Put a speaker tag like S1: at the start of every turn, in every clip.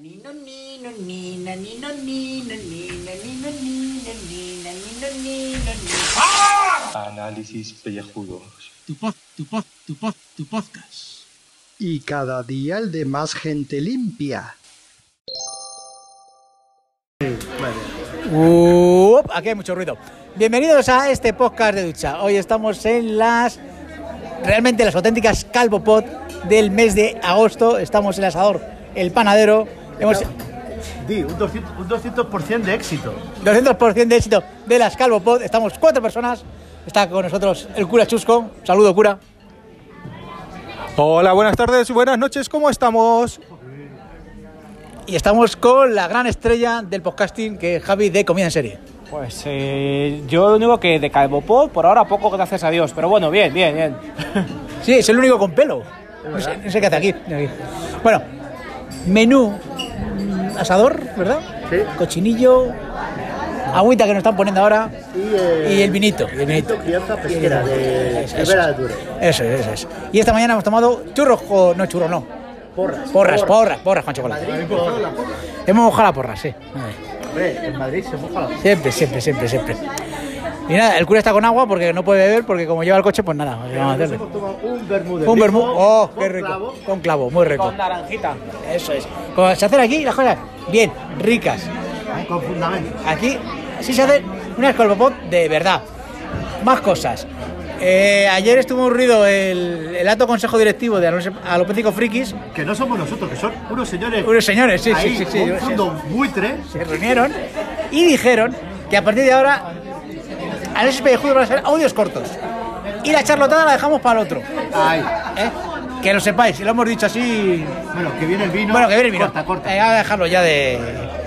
S1: Nino, nino, nina, nino, nino, nina, nino, nino, nina, nino, nino, nino.
S2: Análisis pellejudos.
S3: Tu pod, tu pod, tu pod, tu podcast.
S4: Y cada día el de más gente limpia.
S5: Uuup, aquí hay mucho ruido. Bienvenidos a este podcast de ducha. Hoy estamos en las realmente las auténticas calvopod del mes de agosto. Estamos en el asador, el panadero. Hemos
S6: Di, un 200%, un 200 de éxito.
S5: 200% de éxito de las calvopod. Estamos cuatro personas. Está con nosotros el cura Chusco. Saludo cura.
S7: Hola, buenas tardes, buenas noches, ¿cómo estamos?
S5: Y estamos con la gran estrella del podcasting que es Javi de Comida en Serie.
S8: Pues eh, yo lo único que de Calvopod, por ahora poco, gracias a Dios. Pero bueno, bien, bien, bien.
S5: Sí, es el único con pelo. No sé, no sé qué hace aquí. aquí. Bueno, menú mm, asador, ¿verdad?
S6: Sí.
S5: Cochinillo, agüita que nos están poniendo ahora
S6: Y, eh,
S5: y el vinito. y el vinito.
S6: crianza pesquera de
S5: Eso,
S6: Ribera
S5: eso.
S6: del Duro.
S5: Eso es, eso es. Y esta mañana hemos tomado churros, con- no churros, no.
S6: Porras.
S5: Porras, porras, porras con chocolate. Hemos mojado la porra, sí.
S6: Hombre, en Madrid se moja la...
S5: Siempre, siempre, siempre, siempre. Y nada, el cura está con agua porque no puede beber porque como lleva el coche, pues nada. vamos a
S6: Nos
S5: hacerle.
S6: hemos tomado un vermú de
S5: Un
S6: rico,
S5: vermú, oh,
S6: con
S5: qué rico.
S6: clavo.
S5: Con clavo, muy rico.
S8: Con naranjita.
S5: Eso es. Como se hacen aquí las cosas bien, ricas.
S6: Con fundamento.
S5: Aquí sí se hacen unas colpopop de verdad. Más cosas. Eh, ayer estuvo aburrido el, el alto consejo directivo de Alonso- Alopecico Frikis.
S6: Que no somos nosotros, que son unos señores.
S5: Unos señores, sí, sí,
S6: ahí,
S5: sí, sí,
S6: con
S5: yo
S6: Un
S5: sé.
S6: fondo buitre.
S5: Se reunieron y dijeron que a partir de ahora a los pellejudos van a ser audios cortos. Y la charlotada la dejamos para el otro.
S6: Ahí.
S5: ¿eh? Que lo sepáis, y lo hemos dicho así.
S6: Bueno, que viene el vino.
S5: Bueno, que viene el vino.
S6: Corta, corta.
S5: Eh, voy a dejarlo ya de.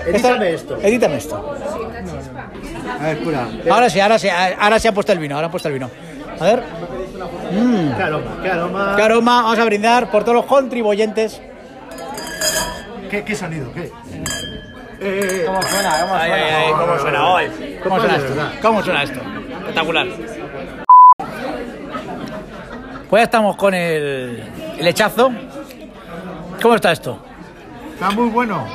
S6: Edítame esto.
S5: Edítame esto.
S6: A ver, cura.
S5: Ahora sí, ahora sí, ahora sí ha puesto el vino, ahora ha puesto el vino. A ver,
S6: Qué aroma, qué aroma.
S5: qué aroma, vamos a brindar por todos los contribuyentes.
S6: ¿Qué, qué sonido, qué. Eh,
S8: ¿Cómo suena? ¿Cómo
S5: Ay,
S8: suena?
S5: ay, ay, cómo suena hoy. ¿Cómo
S6: Compadre,
S5: suena
S6: de
S5: esto?
S6: verdad.
S5: ¿Cómo suena esto? Espectacular. Pues ya estamos con el, el hechazo. ¿Cómo está esto?
S6: está muy bueno.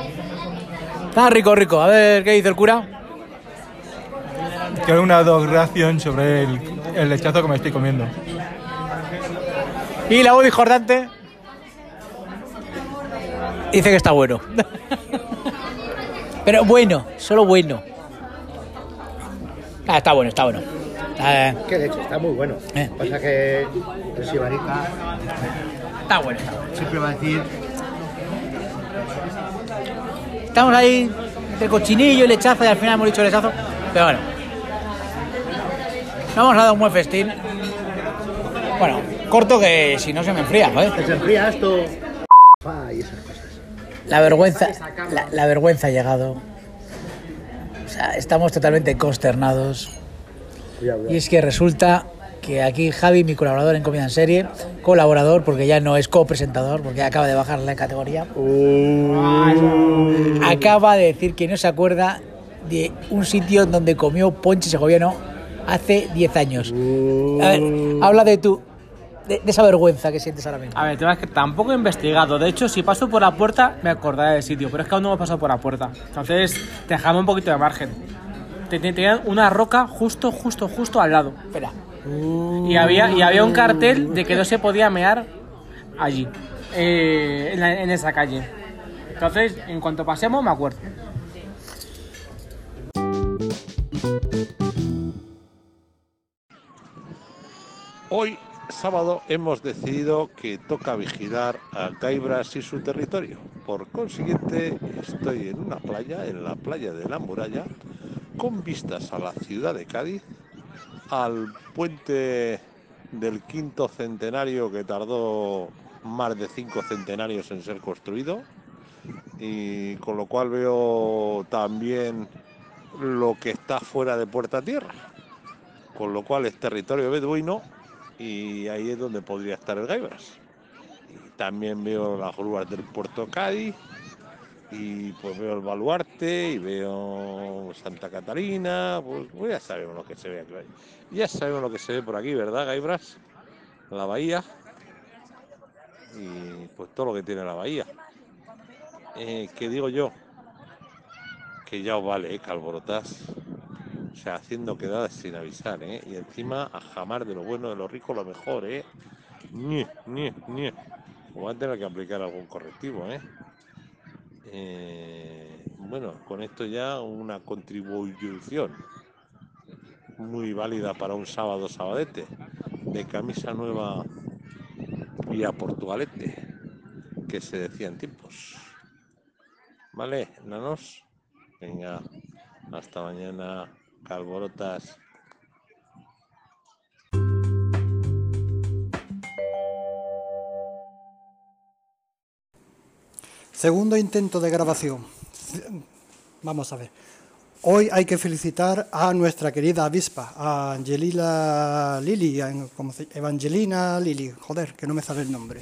S5: Está rico, rico. A ver, ¿qué dice el cura?
S7: Quiero una dogración sobre el, el lechazo que me estoy comiendo.
S5: Y la voz discordante dice que está bueno. Pero bueno, solo bueno. Ah, está bueno, está bueno. Eh,
S6: Que de hecho está muy bueno.
S5: Eh.
S6: Pasa que el sibarita
S5: está bueno, está bueno.
S6: siempre va a decir
S5: Estamos ahí entre cochinillo y lechazo y al final hemos dicho lechazo. Pero bueno. Nos hemos dado un buen festín. Bueno, corto que si no se me enfría, joder.
S6: que se enfría esto. Ah, y esas cosas.
S5: La vergüenza, la, la vergüenza ha llegado. O sea, estamos totalmente consternados.
S6: Cuidado,
S5: Y
S6: cuidado.
S5: es que resulta que aquí Javi, mi colaborador en Comida en Serie, colaborador porque ya no es copresentador, porque acaba de bajar la categoría, acaba de decir que no se acuerda de un sitio donde comió ponche segoviano hace 10 años. A ver, habla de tu, de, de esa vergüenza que sientes ahora mismo.
S8: A ver, el tema es que tampoco he investigado. De hecho, si paso por la puerta, me acordaré del sitio. Pero es que aún no he pasado por la puerta. Entonces, dejame un poquito de margen. Te- te- Tenían una roca justo, justo, justo al lado.
S5: Espera.
S8: Y había, y había un cartel de que no se podía mear allí, eh, en, la- en esa calle. Entonces, en cuanto pasemos, me acuerdo.
S9: Hoy, sábado, hemos decidido que toca vigilar a Caibras y su territorio. Por consiguiente, estoy en una playa, en la playa de la muralla, con vistas a la ciudad de Cádiz, al puente del quinto centenario que tardó más de cinco centenarios en ser construido, y con lo cual veo también lo que está fuera de Puerta Tierra, con lo cual es territorio beduino y ahí es donde podría estar el Gaibras. Y también veo las grúas del puerto Cádiz y pues veo el baluarte y veo Santa Catalina, pues, pues ya sabemos lo que se ve aquí. Ya sabemos lo que se ve por aquí, ¿verdad, Gaibras? La bahía y pues todo lo que tiene la bahía. eh, que digo yo, que ya os vale, eh, calborotas. O sea, haciendo quedadas sin avisar, ¿eh? Y encima a jamar de lo bueno, de lo rico, lo mejor, ¿eh? Ni, ni, ni. Voy a tener que aplicar algún correctivo, ¿eh? Eh, Bueno, con esto ya una contribución muy válida para un sábado sabadete, de camisa nueva y a Portugalete, que se decían tiempos. ¿Vale, nanos? Venga, hasta mañana, calborotas.
S10: Segundo intento de grabación. Vamos a ver. Hoy hay que felicitar a nuestra querida avispa, a Angelina Lili, a- ¿cómo se- Evangelina Lili, joder, que no me sale el nombre.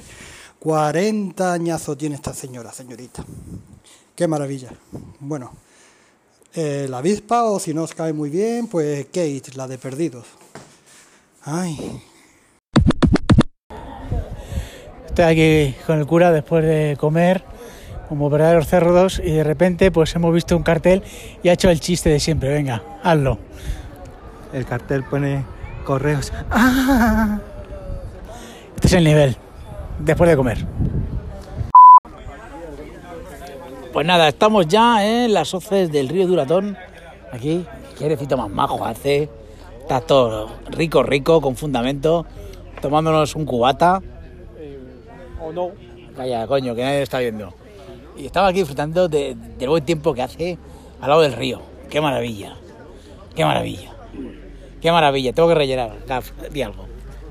S10: 40 añazos tiene esta señora, señorita. Qué maravilla. Bueno, eh, la avispa, o si no os cae muy bien, pues Kate, la de perdidos. Ay,
S5: Estoy aquí con el cura después de comer, como verdaderos cerdos, y de repente pues hemos visto un cartel y ha hecho el chiste de siempre, venga, hazlo.
S7: El cartel pone correos.
S5: Ah. Este es el nivel, después de comer. Pues nada, estamos ya en las hoces del río Duratón, aquí, qué airecito más majo hace, está todo rico, rico, con fundamento, tomándonos un cubata.
S8: O no.
S5: Calla, coño, que nadie lo está viendo. Y estaba aquí disfrutando de- del buen tiempo que hace al lado del río. ¡Qué maravilla! ¡Qué maravilla! ¡Qué maravilla! Tengo que rellenar. Gaf, di algo.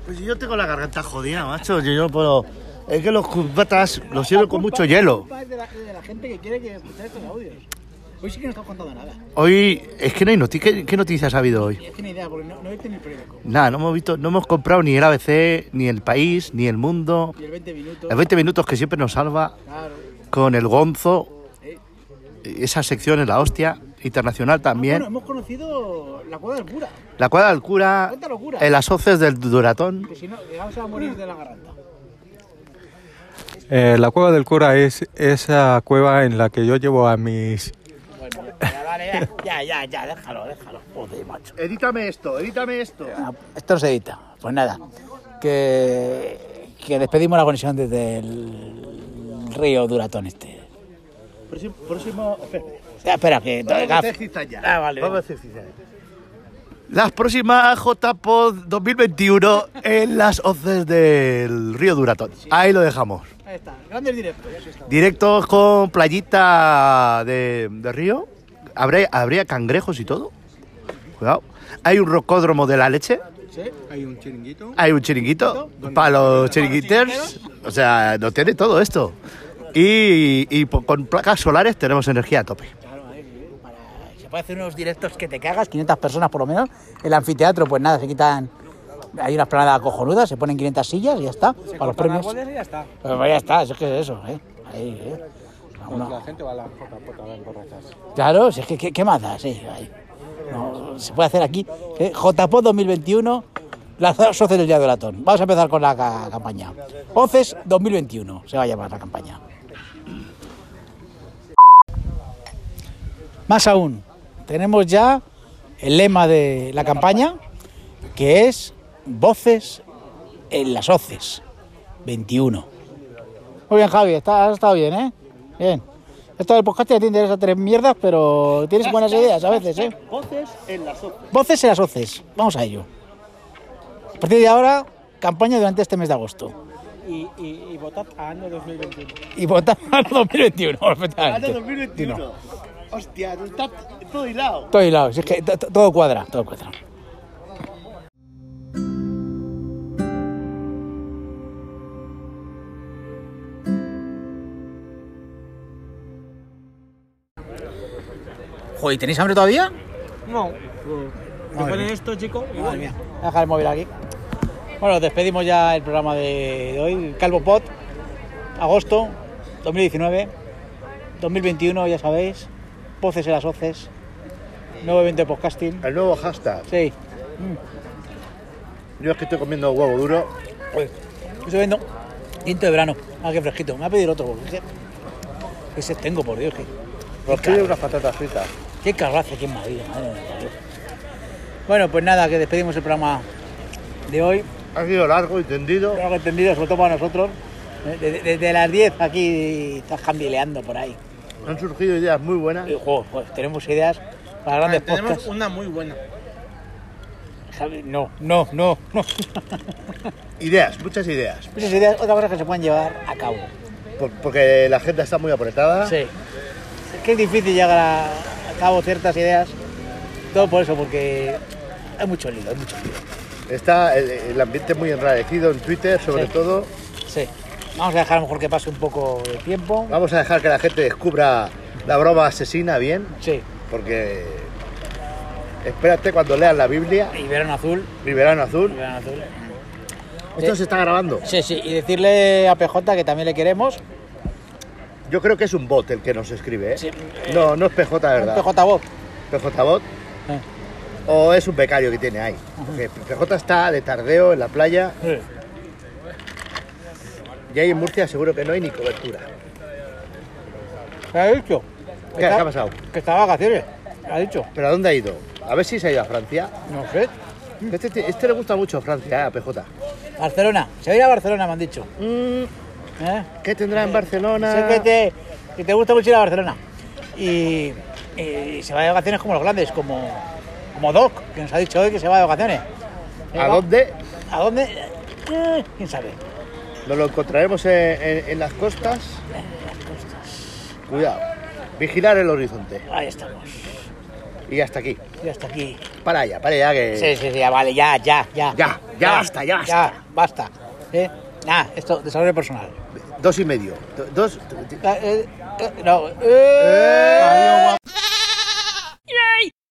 S6: Pues yo tengo la garganta jodida, macho. Yo no puedo. Es que los cubatas los sirven con mucho hielo.
S5: de la, gente que quiere que escuchar estos audios. Hoy sí que no estamos contando nada.
S6: Hoy, es que no hay noticias. ¿Qué, qué noticias ha habido hoy?
S5: Es que ni idea, porque no, no ni el periódico.
S6: Nada, no hemos visto, no hemos comprado ni el ABC, ni el país, ni el mundo.
S5: Y el 20 minutos.
S6: Los 20 minutos que siempre nos salva
S5: Claro. Eh.
S6: con el Gonzo. Esa sección es la hostia. Internacional
S5: Bueno,
S6: también.
S5: hemos conocido la cueva del cura.
S6: La cuadra del cura.
S5: Cuánta locura.
S6: En las hoces del Duratón.
S5: Que si no, llegamos a morir de la garganta.
S7: Eh, la cueva del cura es esa cueva en la que yo llevo a mis...
S5: Bueno, ya, vale, ya, ya, ya, déjalo, déjalo. Joder, macho.
S6: Edítame esto, edítame esto.
S5: Ah, Esto no se edita. Eh, Pues nada, que, que despedimos la conexión desde el río Duratón este.
S6: Próximo. próximo
S5: Ya, espera, que... gaf. Ah, vale.
S6: Vamos a hacer cizaña. Las próximas JPod 2021 en las hoces del río Duratón. Ahí lo dejamos.
S5: Ahí está, grandes directos. ya sí está.
S6: Directos con playita de, de río. ¿Habría, habría cangrejos y todo. Cuidado. Hay un rocódromo de la leche.
S7: Hay un chiringuito.
S6: Hay un chiringuito para los chiringuiters. O sea, lo tiene todo esto. Y, y po- con placas solares tenemos energía a tope.
S5: Se puede hacer unos directos que te cagas, 500 personas por lo menos. El anfiteatro, pues nada, se quitan... Hay una esplanada cojonuda, se ponen 500 sillas y ya está, para los premios.
S8: árboles y ya está.
S5: Pues ya está, eso es que es eso, ¿eh? Ahí, ¿eh? Uno-
S7: La gente va a la JPOT a ver borrachas.
S5: Claro, si es que, ¿qué, qué más da? Sí, ahí. No, se puede hacer aquí. eh, JPO 2021, las hoces del día de latón. Vamos a empezar con la ca- campaña. Hoces 2021 se va a llamar la campaña. Más aún, tenemos ya el lema de la campaña, que es Voces en las hoces 21. Muy bien, Javi, está, has estado bien, ¿eh? Bien. Esto del podcast ya te interesa tres mierdas, pero tienes buenas ideas a veces, ¿eh?
S6: Voces en las hoces.
S5: Voces en las hoces. Vamos a ello. A partir de ahora, campaña durante este mes de agosto.
S8: Y, y, y votad a año 2021.
S5: Y vota para 2021, efectivamente. Dino.
S6: Hostia, está todo hilado.
S5: Todo hilado, si es que to- to- todo cuadra, todo cuadra. Joder, ¿tenéis hambre todavía?
S8: No. ¿Te ponen esto, chico? y voy.
S5: Voy a dejar el móvil aquí. Bueno, despedimos ya el programa de de hoy, Calvo Pot, agosto 2019, 2021, ya sabéis, Poces en las Hoces, nuevo evento de podcasting.
S6: El nuevo hashtag.
S5: Sí,
S6: Yo es que estoy comiendo huevo duro.
S5: estoy viendo quinto de verano, ah, qué fresquito, me va a pedir otro. porque es que Ese tengo, por Dios. que-
S6: Nos pide unas patatas fritas.
S5: Qué carraza aquí en Madrid, madre mía, Dios. Bueno, pues nada, que despedimos el programa de hoy.
S6: Ha sido largo y tendido.
S5: Creo que entendido, sobre todo para nosotros. eh, Desde, desde las 10 aquí estás cambileando por ahí.
S6: Han surgido ideas muy buenas.
S5: Y, jo, pues, tenemos ideas para grandes
S8: Tenemos
S5: podcasts.
S8: una muy buena.
S5: Javi, No, no, no, no.
S6: Ideas, muchas ideas.
S5: Esas ideas, otra cosa que se pueden llevar a cabo.
S6: Por- porque la agenda está muy apretada.
S5: Sí. Es que es difícil llegar a, a cabo ciertas ideas. Todo por eso, porque hay mucho lío, hay mucho lío.
S6: Está el, el ambiente muy enrarecido en Twitter, sobre
S5: Sí.
S6: todo.
S5: Sí. Vamos a dejar a lo mejor que pase un poco de tiempo.
S6: Vamos a dejar que la gente descubra la broma asesina bien,
S5: Sí.
S6: porque espérate cuando lean la Biblia,
S5: Y verano azul.
S6: Riverano Azul.
S5: y verano azul.
S6: Esto se está grabando.
S5: Sí, sí. Y decirle a PJ que también le queremos.
S6: Yo creo que es un bot el que nos escribe, ¿eh?
S5: Sí.
S6: No, no es PJ, de
S5: Un
S6: ¿verdad?
S5: PJ Voz.
S6: PJ bot.
S5: Eh.
S6: O es un becario que tiene ahí. Porque PJ está de tardeo en la playa
S5: Sí.
S6: y ahí en Murcia seguro que no hay ni cobertura.
S5: ¿Qué ha dicho?
S6: ¿Qué,
S5: Está-
S6: ¿Qué ha pasado?
S5: Que está de vacaciones. ¿Ha dicho?
S6: ¿Pero a dónde ha ido? A ver si se ha ido a Francia.
S5: No sé. Mm.
S6: Este, te- este le gusta mucho Francia, ¿eh? a PJ.
S5: Barcelona. Se va a ir a Barcelona, me han dicho.
S6: Mm,
S5: ¿Eh?
S6: ¿Qué tendrá en Barcelona?
S5: Sé que te, que te gusta mucho ir a Barcelona. Y, y se va de vacaciones como los grandes, como, como Doc, que nos ha dicho hoy que se va de vacaciones. Eh,
S6: ¿A
S5: va-
S6: dónde?
S5: ¿A dónde? Eh, ¿Quién sabe?
S6: Nos lo encontraremos en, en- en las costas. Cuidado. Vigilar el horizonte.
S5: Ahí estamos.
S6: Y hasta aquí.
S5: Y hasta aquí.
S6: Para allá, para allá que...
S5: Sí, sí, sí, ya vale, ya, ya, ya.
S6: Ya, ya basta, ya
S5: Ya, basta. ¿Eh? Nada, esto, desarrollo personal.
S6: Dos y medio. Do- Dos...
S5: Eh, eh, eh, no. Eh,
S6: adiós,